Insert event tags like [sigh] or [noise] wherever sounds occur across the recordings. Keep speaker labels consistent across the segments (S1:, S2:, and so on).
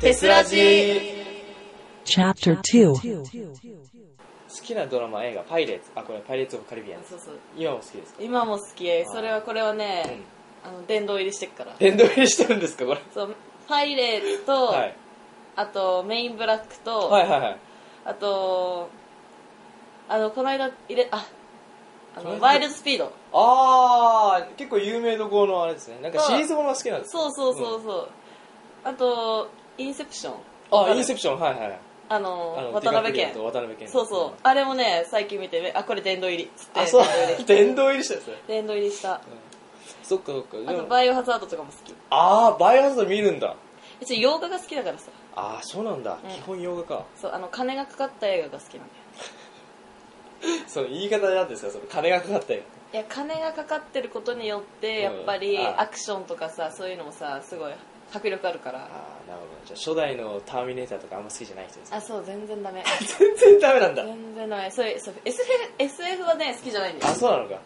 S1: テスラジー
S2: Chapter 2
S3: 好きなドラマ、映画、パイレーツ。あ、これ、パイレーツ・オブ・カリビアンです
S1: そうそう
S3: 今も好きですか
S1: 今も好き
S3: あー
S1: それはこれは
S3: う
S1: ね
S3: ん、。
S1: あの殿堂入りしてっから
S3: 殿堂入りしてるんですか、これ。
S1: そうパイレーツと、
S3: はい。
S1: あとメインブラックと、
S3: はいはいはい。
S1: あとあのこの間入れああ
S3: この
S1: の
S3: 間
S1: ワイルドスピード
S3: あー、結構有名どころのあれですね。なんかシリーズものが好きなんですか
S1: そうそうそうそう、あとインセプション
S3: あ、インセプション、はいはいはい。
S1: あ
S3: あ
S1: の
S3: の
S1: 渡辺
S3: ディカプリオと
S1: 謙
S3: 渡辺謙。
S1: そうそう、あれもね最近見てめあこれ殿堂入りつって
S3: あ、そう
S1: 殿堂入。り
S3: 殿堂入りしたんですね。
S1: 殿堂入りした
S3: そっかそっか。で
S1: あと
S3: も
S1: バイオハザードとかも好き
S3: あー、バイオハザード見るんだ。
S1: うち洋画が好きだからさ
S3: あー、そうなんだ。
S1: うん
S3: 基本洋画か。
S1: そうあの金がかかった映画が好きなんだよ
S3: その言い方なんですかその金がかかったよ。
S1: いや金がかかってることによってやっぱり
S3: うんあ
S1: アクションとかさそういうのもさすごい迫力あるから
S3: あー、なるほど。じゃあ、初代のターミネーターとかあんま好きじゃない人ですか
S1: あそう全然ダメ
S3: 全然ダメなんだ。
S1: 全然ダメそういうそう SF, SF はね好きじゃないんだ
S3: あ
S1: よ
S3: そうなのか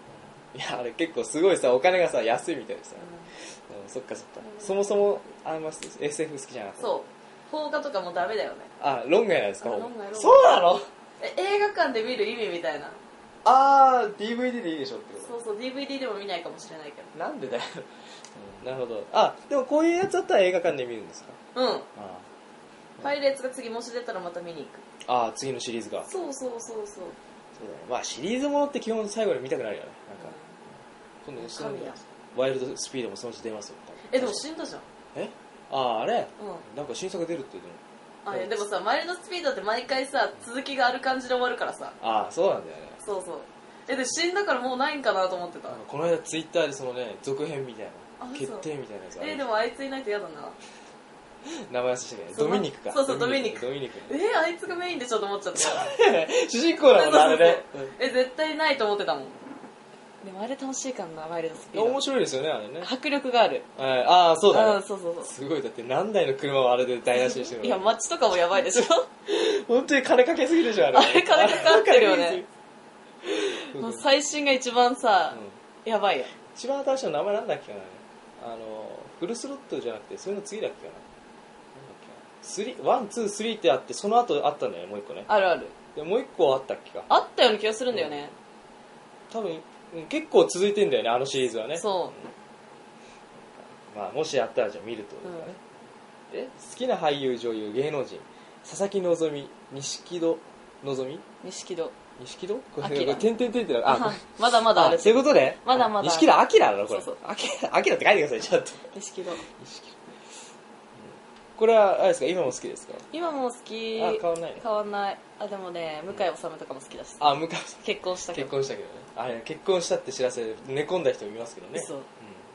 S3: いやあれ結構すごいさお金がさ安いみたいでさ、うん、そっかそっかそもそもあんま SF 好きじゃなかった
S1: そう放火とかもダメだよね
S3: あ論外なんですか
S1: あ
S3: ほぼ
S1: 論外論外
S3: そうなの
S1: え映画館で見る意味みたいな
S3: ああ DVD でいいでしょってこ
S1: そうそう DVD でも見ないかもしれないけ
S3: となんでだよ、うん、なるほどあでもこういうやつだったら映画館で見るんですか
S1: どうん
S3: あ
S1: パイレーツが次もし出たらまた見に行く
S3: ーあー次のシリーズがそ
S1: そうそうそうそう
S3: うだねまあシリーズものって基本最後に見たくなるよねなんか今度その
S1: 神だ
S3: ワイルドスピードもそのうち出ますよ
S1: えでも死んだじゃん
S3: えああーあれ
S1: うん
S3: なんか新作出るって言ってる
S1: あいやでもさマイルドスピードって毎回さ続きがある感じで終わるからさ
S3: ああそうなんだよね
S1: そうそうえで死んだからもうないんかなと思ってた
S3: なんかこの間ツイッターでそのね続編みたい
S1: あ
S3: な
S1: 嘘
S3: 決定みたいなやつあ
S1: え
S3: る
S1: でもあいついないと嫌だな
S3: 名前忘れしたけどね
S1: そう
S3: ドミニクか
S1: そうそう
S3: ドミニク
S1: えあいつがメインでちょっと思っちゃった
S3: 主人公だもんね [laughs] あれね
S1: え絶対ないと思ってたもんでもあれ楽しいかもなマイルドスピ
S3: うん面
S1: ー
S3: 白いですよねあれね
S1: ド迫力がある
S3: はいああそうだ
S1: ん
S3: ね
S1: そうそうそう
S3: すごいだって何台の車をあれで台無しにしてる
S1: いや
S3: の
S1: 街とかもやばいでしょ
S3: 本当に金かけすぎでしょあれ
S1: あれ [laughs] 金かかってるよね
S3: あれ金かけすぎ
S1: もう最新が一番さ
S3: う、ん
S1: やばいよ
S3: 一番新しいの名前なんだっけかなあのフルスロットルじゃなくてそういうの次だっけかななんだっけなスリーワンツースリーってあってその後あったんだよねもう一個ね
S1: あるある
S3: でもう一個あったっけか
S1: あったような気がするんだよね、
S3: 多分うん結構続いてんだよねあのシリーズはね
S1: そ
S3: まあ、もしやったらじゃあ見るってことだね、え好きな俳優女優芸能人佐々木希錦戸希
S1: う錦戸
S3: 錦戸これ
S1: あ
S3: こ
S1: きら
S3: れ点々点々ってあこれ
S1: まだまだあ
S3: あ
S1: る
S3: そういうことね
S1: まだまだある
S3: 錦戸明なのこれ
S1: そう
S3: あきらあきらって書いてくださいちょっと
S1: 錦戸
S3: 錦戸うんこれはあれですか今も好きですか
S1: 今も好き
S3: あ変わんないね
S1: 変わんないあでもね向井理とかも好きだし
S3: あ向井さん
S1: 結婚したけ
S3: 結
S1: ど
S3: 婚したけどねあれ結婚したって知らせで寝込んだ人もいますけどね
S1: 嘘
S3: ん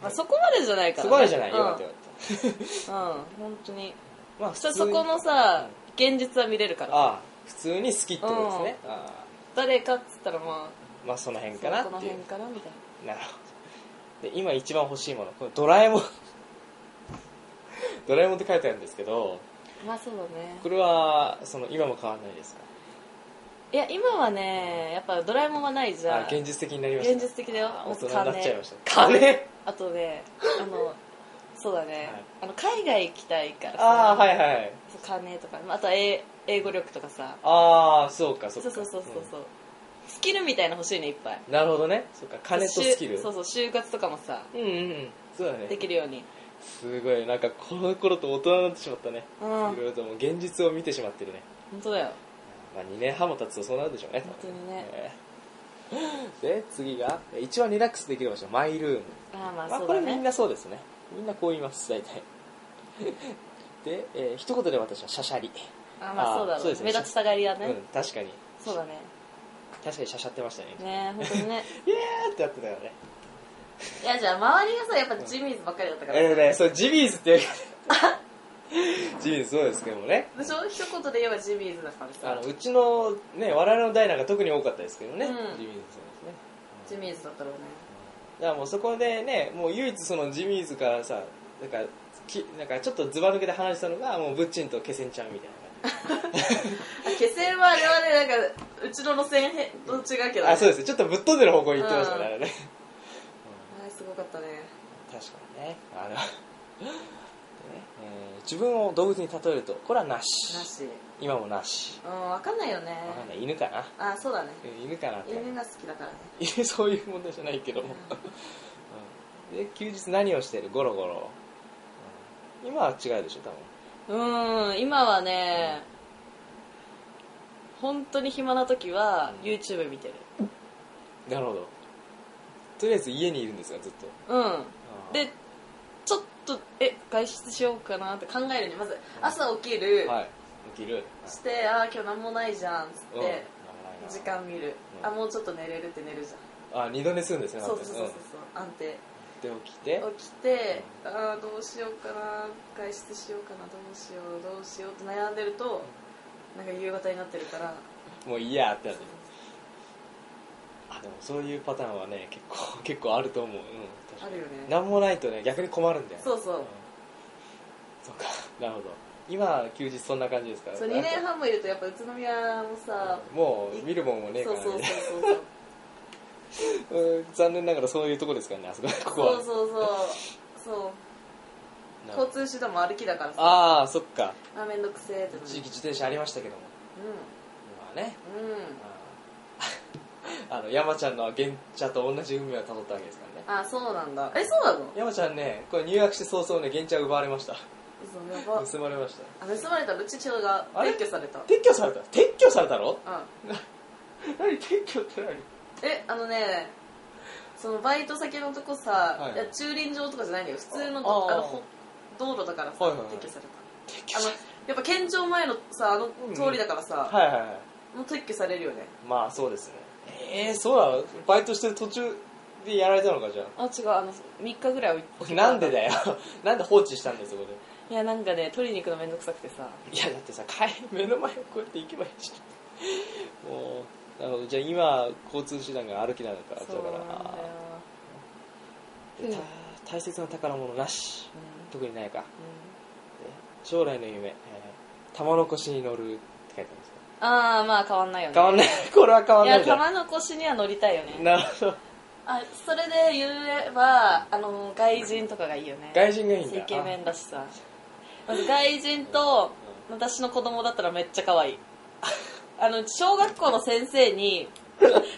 S1: まあ、そこまでじゃないから、
S3: そこまでじゃないよかった
S1: う
S3: よ
S1: ん
S3: かった
S1: うん本当に
S3: まあ普
S1: そ
S3: 通
S1: そこのさ現実は見れるから
S3: ああ普通に好きってことですね、ああ
S1: 誰かっつったらま
S3: まあその辺
S1: あ
S3: かな
S1: この
S3: っていう
S1: 辺かなみたいな
S3: なるほどで今一番欲しいものこのドラえもん [laughs] ドラえもんって書いてあるんですけど
S1: まあそうだね
S3: これはその今も変わらないですか
S1: いや今はねやっぱドラえもんはないじゃん
S3: あ現実的になりました
S1: 現実的だよ
S3: ああ
S1: ま
S3: 大
S1: ず
S3: 人
S1: 金
S3: になっちゃいました
S1: 金
S3: 金
S1: あとねあのそうだね、
S3: はい
S1: あの海外行きたいからさ
S3: ああはいはい
S1: そう金とかまああとは英英語力とかさ
S3: ああそうかそ
S1: そう
S3: うか
S1: そうそうそうそう、スキルみたいなの欲しいねいっぱい
S3: うんなるほどねそうか金とスキル
S1: 就そうそう就活とかもさ
S3: うんうんうんそうだ
S1: で
S3: ね
S1: きるように
S3: すごいなんかこの頃と大人になってしまったね
S1: うん
S3: いろいろともう現実を見てしまってるね
S1: 本当だよ
S3: まあ、2年半も経つとそうなるでしょうね
S1: 本当にね
S3: えーで次がえ一番リラックスできる場所マイルーム
S1: ああまあ
S3: まあ
S1: そ
S3: こ
S1: うだ
S3: れみん
S1: ね
S3: なそうですねみんなこう言います
S1: [laughs]
S3: 大体で、えー一言で私はシャシャリ、
S1: ああまあそうだ
S3: あー
S1: ろ
S3: そう
S1: う
S3: です
S1: ね
S3: ね
S1: 目立ちたがりだ
S3: うん
S1: ね
S3: 確かに
S1: そうだね
S3: 確かにシャシャってましたね [laughs]
S1: ねえ本当にね
S3: イエーってやってたよね
S1: いやじゃあ周りがさやっぱジミーズばっかりだったから
S3: えー、ねそれジビーズって言うからジビーズそうですけどもね
S1: でしょ一言で言えばジミーズだから
S3: あ
S1: さ
S3: のうちのね我々の代なんか特に多かったですけどね、
S1: うん
S3: ジビーズさんですね
S1: ジミーズだったろうね
S3: だからもうそこでねもう唯一そのジミーズからさなんかきなんかちょっとずば抜けて話したのがもうぶっちんと気仙ちゃんみたいな
S1: あ気仙はあれはねなんかうちの路線へと違うけど、ね、
S3: 感じあそうですすちょっとぶっ飛んでる方向に行ってましたね
S1: うん
S3: あれね
S1: あれすごかったね
S3: 確かにねあのえー自分を動物に例えるとこれはなし
S1: なし
S3: 今もなし
S1: うん分かんないよね
S3: わかんない犬かな
S1: あそうだね
S3: うん犬かなって
S1: 犬が好きだからね
S3: 犬 [laughs] そういう問題じゃないけども、うんで休日何をしてるゴロゴロ、うん今は違うでしょ多分
S1: うーん今はね、本当に暇な時は
S3: うん
S1: YouTube 見てる
S3: なるほどとりあえず家にいるんですがずっと
S1: うん
S3: あー
S1: でちょっとえ外出しようかなって考えるねまず朝起きる、
S3: はい起きる
S1: してああ今日何もないじゃんっつ
S3: うん危
S1: って
S3: ないな
S1: 時間見る、
S3: うん
S1: あもうちょっと寝れるって寝るじゃ
S3: あ二度寝するんですね
S1: ん、そうそうそうそう
S3: ま
S1: 安定
S3: ずうんで起きて
S1: 起きてああどうしようかな外出しようかなどうしようどうしようって悩んでるとなんか夕方になってるから
S3: もういいやってなってあでもそういうパターンはね結構 [laughs] 結構あると思ううん確か
S1: あ
S3: に
S1: るよね
S3: 何もないとね逆に困るんだよね
S1: そうそう
S3: そうか [laughs] なるほど今休日そんな感じですから
S1: そう2年半もいるとやっぱ宇都宮もさ
S3: もう見るもんもねえか
S1: そう
S3: ら
S1: そうそう
S3: ね
S1: そうそう
S3: [laughs] うん残念ながらそういうとこですからねあそこここは
S1: そうそうそうそう
S3: なるほど
S1: 交通手段も歩きだからさ
S3: ああそっか
S1: あめんどくせえってなる
S3: 一時期自転車ありましたけどもまあね
S1: うんうん
S3: [laughs] あーあの山ちゃんの原茶と同じ海をたどったわけですからね
S1: あそうなんだえそうなの
S3: 山ちゃんねこれ入学して早々ね原茶奪われました
S1: 嘘やば
S3: 盗まれました
S1: あ盗まれたうち父親が
S3: あれ
S1: 撤去されたうん
S3: 撤去された撤去されたろ何撤去って何
S1: えあのねそのバイト先のとこさ、
S3: はい
S1: いや駐輪場とかじゃないのよ普通の
S3: あ
S1: と
S3: あ
S1: あのほ道路だからさ、
S3: はいはいはい
S1: 撤去され
S3: 撤
S1: た
S3: 去
S1: あの
S3: され
S1: やっぱ県庁前のさあの通りだから
S3: た
S1: さ、
S3: はいはいはい
S1: もう撤去されるよね
S3: まあそうですねえー、そうなのバイトしてる途中でやられたのかじゃ
S1: あ違うあの3日ぐらい
S3: あなんでだよ [laughs] なんで放置したんだよそこで
S1: いやなんかね取りに行くのめんどくさくてさ
S3: いやだってさ帰目の前をこうやって行けばいいじゃ [laughs] んもうなるほどじゃあ今交通手段が歩きなのか
S1: そうなんだよ
S3: だからあー
S1: うん
S3: た大切な宝物なし
S1: うん
S3: 特にないか
S1: うん
S3: 将来の夢、えー玉の腰に乗るって書いてあります
S1: ああまあ変わんないよね
S3: 変わんない [laughs] これは変わん
S1: い
S3: な
S1: や
S3: いだろ
S1: 玉の腰には乗りたいよね
S3: なるほど
S1: あそれで言えばあの外人とかがいいよね
S3: 外人がいいんだ
S1: イケメンだしさまず外人と私の子供だったらめっちゃ
S3: [laughs]
S1: 可愛いあの小学校の先生に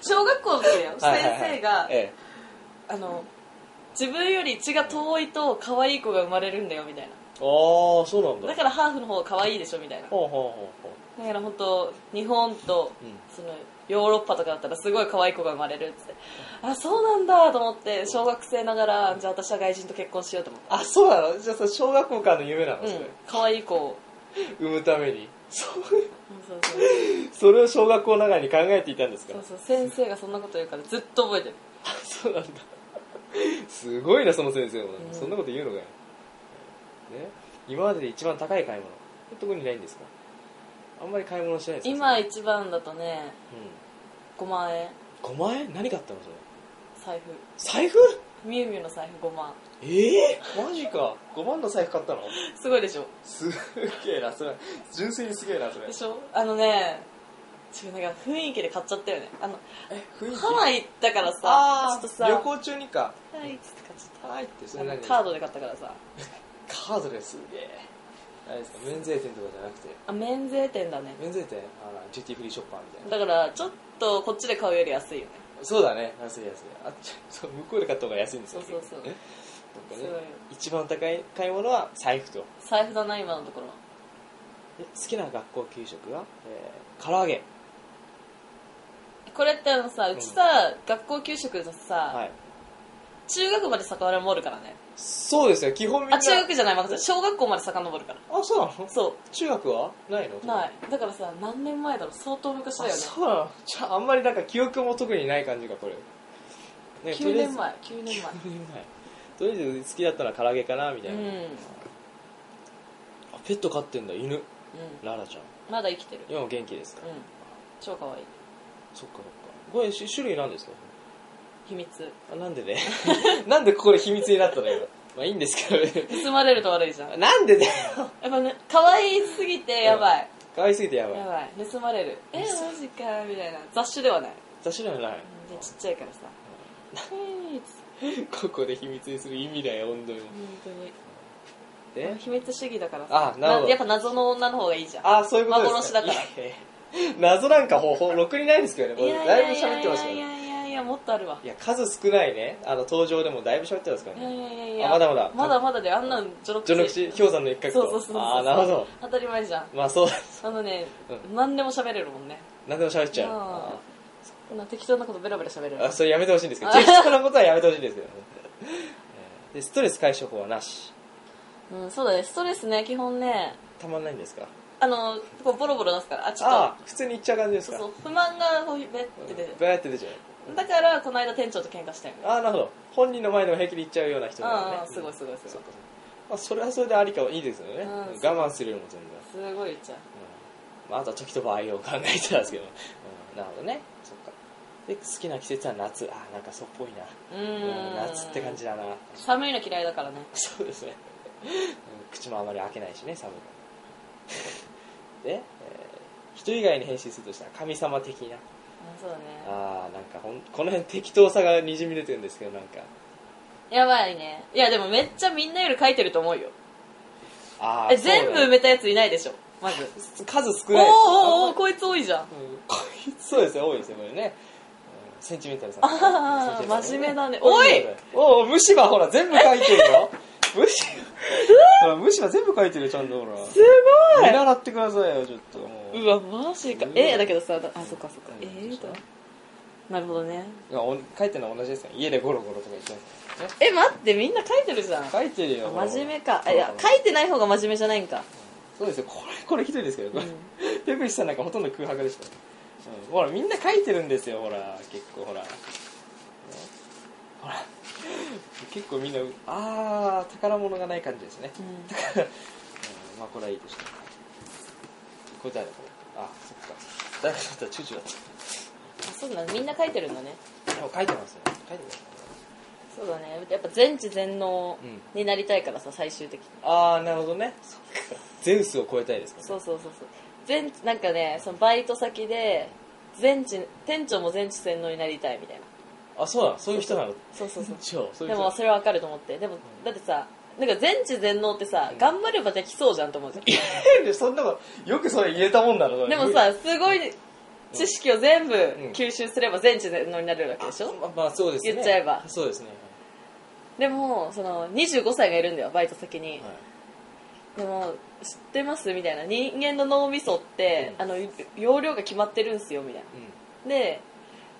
S1: 小学校の時だよ
S3: あはいはいはい
S1: 先生が
S3: え
S1: あの自分より血が遠いと可愛い子が生まれるんだよみたい
S3: え、ああそうなん
S1: な
S3: だ
S1: だからハーフの方が可愛いでしょみたいな
S3: ほうほうほうほ
S1: だから本当日本と
S3: う、うん
S1: そのヨーロッパとかだったらすごい可愛い子が生まれるっつってあそうなんだと思って小学生ながらじゃあ私は外人と結婚しようと思った
S3: あそうなのじゃあそれ小学校からの夢なの
S1: う
S3: それ、
S1: ん可愛い子を
S3: 産むためにそう [laughs]
S1: そうそう
S3: それを小学校の中に考えていたんですか
S1: そうそう先生がそんなこと言うからずっと覚えてる
S3: そうなんだすごいなその先生も、
S1: うん
S3: そんなこと言うのかよ、ね、今までで一番高い買い物特にないんですかあんまり買い物してないですか
S1: 今一番だとね
S3: う
S1: 5万円
S3: ん、5万円何買ったのそれ
S1: 財布
S3: 財布
S1: みゆみゆの財布5万
S3: ええマジか5万の財布買ったの
S1: すごいでしょ
S3: すげえなそれ純粋にすげえなそれ
S1: でしょあのね違うなんか雰囲気で買っちゃったよねあの
S3: え雰囲気
S1: ハワイ行ったからさ
S3: あ
S1: ちょっと
S3: あ
S1: さ
S3: 旅行中にか
S1: はいっつって買っちゃった
S3: はいってそ
S1: あ
S3: れ
S1: の
S3: 何
S1: カードで買ったからさ
S3: カードですげえあれですか免税店とかじゃなくて
S1: あ免税店だね
S3: 免税店あのデューティーフリーショッパーみたいな
S1: だからちょっとこっちで買うより安いよね
S3: そうだね安い安いあっちそう向こうで買った方が安いんですよ
S1: そうそうそう
S3: ねなんかね
S1: そうよ
S3: 一番高い買い物は財布と
S1: 財布だな今のところ
S3: で好きな学校給食は、えー、唐揚げ
S1: これってあのさうちさ、学校給食のさ、
S3: はい
S1: 中学まで遡るからね
S3: そうですよ基本みんな
S1: あ中学じゃないまだ小学校まで遡るから
S3: あそうなの
S1: そ
S3: 中学はないの
S1: うないだからさ何年前だろう相当昔だ
S3: あ
S1: よね
S3: そうなのじゃああんまりなんか記憶も特にない感じがこれ、ね
S1: 9年前9年
S3: とりあえずとりあえず好きだったのは唐揚げかなみた [laughs]
S1: 前
S3: い
S1: うん
S3: な、
S1: うん
S3: あペット飼ってんだ犬ララちゃん
S1: まだ生きてる
S3: 今も元気ですか、
S1: うん超可愛い
S3: そっかそっかこれし種類なんですか
S1: 秘密
S3: あなんでね [laughs] なんでここで秘密になったの今まあいいんですけどね
S1: 盗まれると悪いじゃんやっ
S3: なんでだよ [laughs]
S1: ぱね可愛すぎてやばい、
S3: 可愛すぎてやばい
S1: やばい盗まれるえマジかみたいな雑種ではない
S3: 雑誌ではない
S1: でちっちゃいからさ「はい」っつって
S3: ここで秘密にする意味だよ本当に
S1: 本当に
S3: え
S1: 秘密主義だから
S3: あなるほど
S1: やっぱ謎の女の方がいいじゃん
S3: あそういうことです、ね、
S1: 幻だから
S3: いやいや謎なんか方法ろくにないんですけどねこれだいぶ喋ってました
S1: い
S3: ね
S1: やいやいやいやもっとあるわ
S3: いや数少ないねあの登場でもだいぶ喋ってますから
S1: いや
S3: ね
S1: いやいやいや
S3: あまだまだ
S1: まだまだであんなん序の口
S3: 序の口氷山の一角
S1: そ
S3: と
S1: うそうそうそう
S3: ああなるほど
S1: 当たり前じゃん
S3: まあそう
S1: あのね、
S3: う
S1: 何でも喋れるもんね
S3: 何でも喋っちゃう
S1: うん
S3: あ
S1: こんな適当なことベラベラ喋れ
S3: ー
S1: る
S3: あそれやめてほしいんですけど適当なことはやめてほしいんですけどねえーでストレス解消法はなし
S1: うんそうだねストレスね基本ね
S3: たまんないんですか
S1: あのこうボロボロ出すからあちょっと
S3: ああ普通に言っちゃう感じです
S1: そう
S3: か
S1: そう不満がこうベって出て
S3: バーって出ちゃう
S1: だからこの間店長と喧嘩したよね
S3: ああなるほど本人の前でも平気で言っちゃうような人なん
S1: あ
S3: だ
S1: あ
S3: ね
S1: すごいすごいす
S3: そ
S1: ご
S3: う
S1: い
S3: かまあそれはそれでありかはいいですよね、
S1: うん
S3: 我慢するよりも全然、
S1: すごい言っちゃう
S3: うんまあ、あとは時と場合を考えてたんですけど、うんなるほどねそっかで好きな季節は夏ああなんかそうっぽいな、
S1: う
S3: うん
S1: ん
S3: 夏って感じだな
S1: 寒いの嫌いだからね
S3: そうですねうん口もあまり開けないしね寒いから [laughs] で、えー人以外に変身するとしたら神様的な
S1: うんそうだね
S3: ああなんかほんこの辺適当さがにじみ出てるんですけどなんか
S1: やばいねいやでもめっちゃみんなより書いてると思うよ
S3: ああ
S1: え全部埋めたやついないでしょまず
S3: 数少
S1: おー
S3: ないです
S1: おーおーこいつ多いじゃん
S3: うんこいつそうですよ多いですよこれねうんセンチメンタルさん
S1: あー
S3: センチメンタルさん
S1: 真面目だね
S3: 多
S1: おい
S3: よねおいおい虫歯ほら全部書いてるよ [laughs] 虫歯ほら虫歯全部書いてるよちゃんとほら
S1: すご
S3: 見習ってくださいよちょっともう
S1: うわマジ
S3: すご
S1: か
S3: い
S1: えだけどさだあそっかそっかえーとなるほどね
S3: いやお書いてるのは同じですよ家でゴロゴロとか言ってますよね
S1: え待ってみんな書いてるじゃん
S3: 書いてるよ
S1: あ真面目かあ
S3: そう
S1: いや
S3: そう
S1: 書いてない方が真面目じゃないんか
S3: そうですよこれこれひどいですけどこれ
S1: うん
S3: ペクシさんなんかほとんど空白でしたよ、うん、ほらみんな書いてるんですよほら結構ほら、ねほら結構みんなあー宝物がない感じですね、
S1: うん
S3: うんまあこれはいいとしてこれ誰だこれあそっか誰かだったらチューチューだっ
S1: あそうだねみんな書いてるんだね
S3: たでも書いてますよ書いてますよ
S1: そうだねやっぱ全知全能になりたいからさ最終的に
S3: ああなるほどねゼウスを超えたいですか、ね、
S1: そうそうそうそう全なんかねそのバイト先で全知店長も全知全能になりたいみたいな
S3: あそうだそういう人なの
S1: そうそ
S3: [laughs]
S1: うそう
S3: そうそういう
S1: で
S3: 人
S1: もそれはわかると思ってでもだってさなんか全知全能ってさ、頑張ればできそうじゃんと思うじゃん
S3: でそんなことよくそれ言えたもんだろ
S1: でもさすごい知識を全部吸収すれば全知全能になれるわけでしょ、
S3: まあまあそうですね
S1: 言っちゃえば
S3: そうですね
S1: でもその25歳がいるんだよバイト先に、
S3: はい
S1: でも知ってますみたいな人間の脳みそって、
S3: うん
S1: あの容量が決まってるんすよみたいな
S3: う
S1: で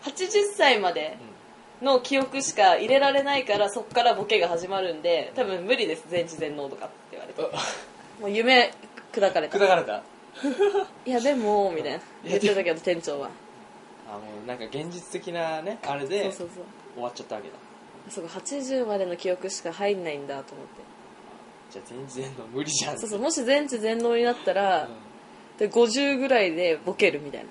S1: 80歳まで
S3: ん
S1: の記憶しか入れられないからそっからボケが始まるんで多分無理です全知全能とかって言われて
S3: うんあ [laughs]
S1: もう夢砕かれた
S3: 砕かれた
S1: いやでもみたいな言ってたけど店長は
S3: あもうなんか現実的なねあれで
S1: そう
S3: 終
S1: そうそう
S3: わっちゃったわけだ
S1: そうか80までの記憶しか入んないんだと思って
S3: じゃあ全然の無理じゃん
S1: そうそうもし全知全能になったら、
S3: うん
S1: で50ぐらいでボケるみたいな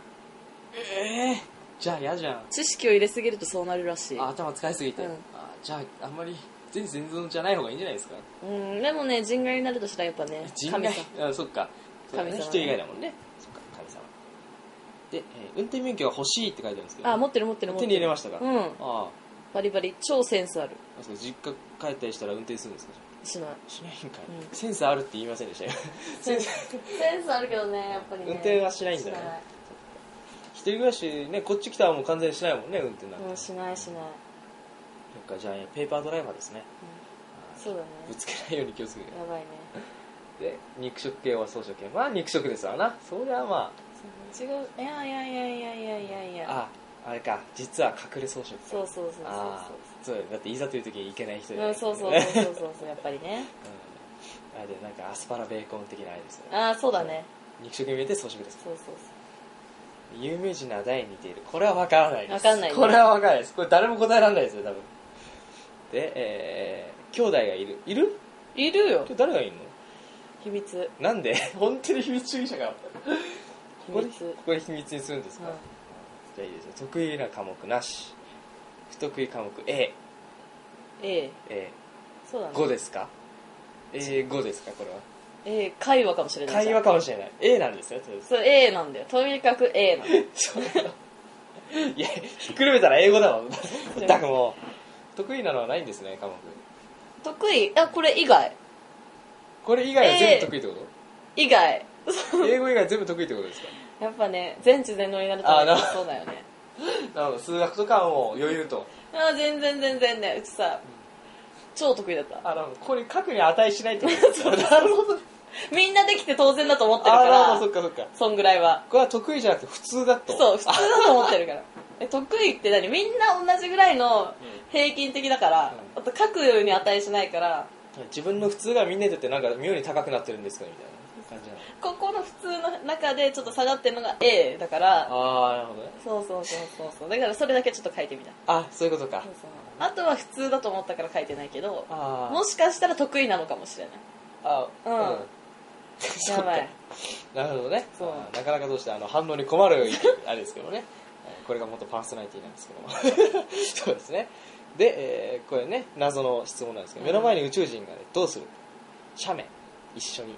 S3: ええじゃあ嫌じゃん
S1: 知識を入れすぎるとそうなるらしい
S3: あ頭使いすぎて
S1: うん
S3: あじゃああんまり全然全然じゃない方がいいんじゃないですか
S1: うんでもね人外になるとしたらやっぱね
S3: 人
S1: 神
S3: 外
S1: さん
S3: うんそっかそうだね
S1: 神様
S3: 人以外だもんねそっか神様でえー運転免許が欲しいって書いてあるんですけど
S1: あ持ってる持ってる持って
S3: 手に入
S1: る
S3: れましたか
S1: うん
S3: ああ
S1: バリバリ超センスある
S3: あそう実家帰ったりしたら運転するんですか
S1: しない
S3: しないんかい、
S1: うん
S3: センスあるって言いませんでしたよ
S1: センスあるけどねやっぱりね
S3: 運転はしないんだね
S1: しない
S3: 一人暮らしねこっち来たらもう完全にしないもんね運転なんて、
S1: うん
S3: そ
S1: しないしない、
S3: っかじゃあペーパードライバーですね
S1: そうだね
S3: ぶつけないように気をつけて
S1: やばいね
S3: で肉食系は草食系まあ肉食ですわなそりゃま
S1: 違ういやいやいやいやいやい
S3: あ
S1: やいや
S3: ああれか実は隠れ草食か
S1: そうそうそうそう
S3: ああそうだよだっていざという時にいけない人
S1: そう
S3: だよね
S1: うんそうそうそうそうそうそうやっぱりね
S3: うんあれでなんかアスパラベーコン的なあれですよね
S1: ああそうだね
S3: 肉食に見えて草食です
S1: そうそう
S3: 有名人のは誰に似ているこれは分からないです
S1: 分かんないね
S3: これは分からないですこれ誰も答えられないですよ多分でえー、兄弟がいるいる
S1: そういるよ
S3: 今日誰がいるの
S1: 秘密
S3: なんで [laughs] 本当に秘密主義者がここで
S1: 秘密
S3: ここで秘密にするんです
S1: う
S3: か、
S1: ん
S3: じゃあいいですよ得意な科目なし不得意科目 A、
S1: ええ
S3: え
S1: そうだね
S3: ー、5ですか A5 ですかこれは
S1: ええ会話かもしれない
S3: 会話かもしれない A なんですよとりあえず
S1: そう A なんだよとにかく A なんだよ
S3: そう [laughs] いやひっくるめたら英語だ [laughs] わ
S1: う
S3: だからもう得意なのはないんですね科目
S1: 得意あこれ以外
S3: これ以外は全部得意ってこと、
S1: 以外
S3: 英語以外全部得意ってことですか
S1: やっぱね全知全能になると思う
S3: あな
S1: そうだよね
S3: [laughs] なるほど数学とかはもう余裕と
S1: あ全然全然ねうちさ超得意だった
S3: あなるほどこれ核に値しないってこと [laughs] ですかなるほど
S1: みんなできて当然だと思ってるか
S3: あなるほどそ
S1: ら
S3: っかそっか
S1: そんぐらいは
S3: これは得意じゃなくて普通だと
S1: そう普通だと思ってるからえ得意って何みんな同じぐらいの平均的だから、あと書くように値しないから
S3: 自分の普通がみんなにとってなんか妙に高くなってるんですかみたいな感じなの
S1: ここの普通の中でちょっと下がってるのが A だから
S3: ああなるほどね
S1: そうそうそうそうそうだからそれだけちょっと書いてみた
S3: あそういうことか
S1: そうそうあとは普通だと思ったから書いてないけど
S3: あー
S1: もしかしたら得意なのかもしれない
S3: あ
S1: うん
S3: そっ
S1: や
S3: か
S1: ばい
S3: なるほどね
S1: そう
S3: あーなかなかどうしてあの反応に困るあれですけどね [laughs] えーこれが元パーソナリティなんですけども [laughs] そうですねで、えーこれね謎の質問なんですけど目の前に宇宙人がねどうする写メ一緒に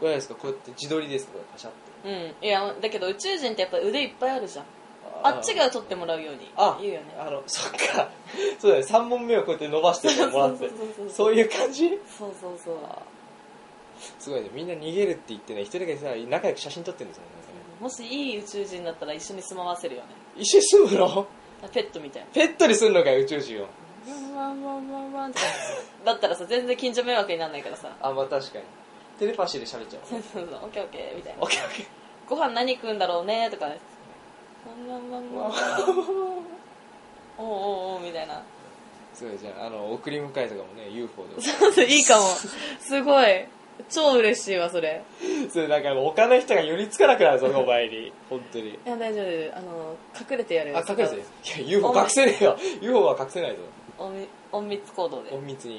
S3: これあれですかこうやって自撮りですかこれパシャって
S1: うん、うん、いやだけど宇宙人ってやっぱ腕いっぱいあるじゃんあっちが取ってもらうように
S3: あ
S1: 言うよね
S3: あのそっか [laughs] そうだね3本目をこうやって伸ばしてもらって
S1: そうそうそうそう
S3: そういう感じ
S1: そうそうそう
S3: すごいねみんな逃げるって言ってね一人だけさ仲良く写真撮ってるんですもんね
S1: もしいい宇宙人だったら一緒に住まわせるよね
S3: 一緒に住むの
S1: ペットみたいな
S3: [laughs] ペットにすんのかよ宇宙人を
S1: ワンワンワンワンってだったらさ全然近所迷惑にならないからさ
S3: あまあ確かにテレパシーで喋っちゃ
S1: そうそうそうオッケーオッケーみたいな
S3: オッケーオッケ
S1: ご飯何食うんだろうねとかねワンワンワンワンおうおうおうみたいな [laughs]
S3: ーすごいじゃああの送り迎えとかもね UFO で
S1: いいかもすごい超嬉しいわそれ
S3: それなんかもう他の人が寄りつかなくなるぞお前に本当に
S1: いや大丈夫大丈夫あの隠れてやるよ
S3: あ隠れて
S1: そ
S3: いや UFO 隠せねえよ UFO は隠せないぞ
S1: こは隠隠密行動で
S3: 隠密に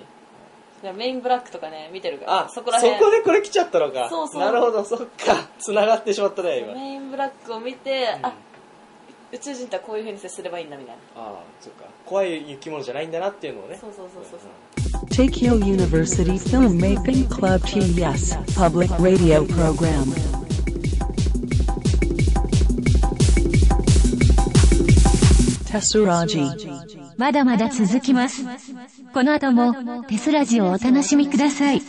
S1: いやメインブラックとかね見てるから
S3: あ
S1: そこら辺
S3: そこでこれ来ちゃったのか
S1: そうそう
S3: なるほどそっか繋がってしまったね今
S1: メインブラックを見て、
S3: うん
S1: あ宇宙人とはこういうふうに接すればいいんだみたいな
S3: ああそっか怖い生き物じゃないんだなっていうのをね
S1: そうそうそうそうそう
S2: Takyo University Filmmaking Club TES Public Radio Program. Tesuraji.
S4: まだまだ続きます。この後もテスラジをお楽しみください。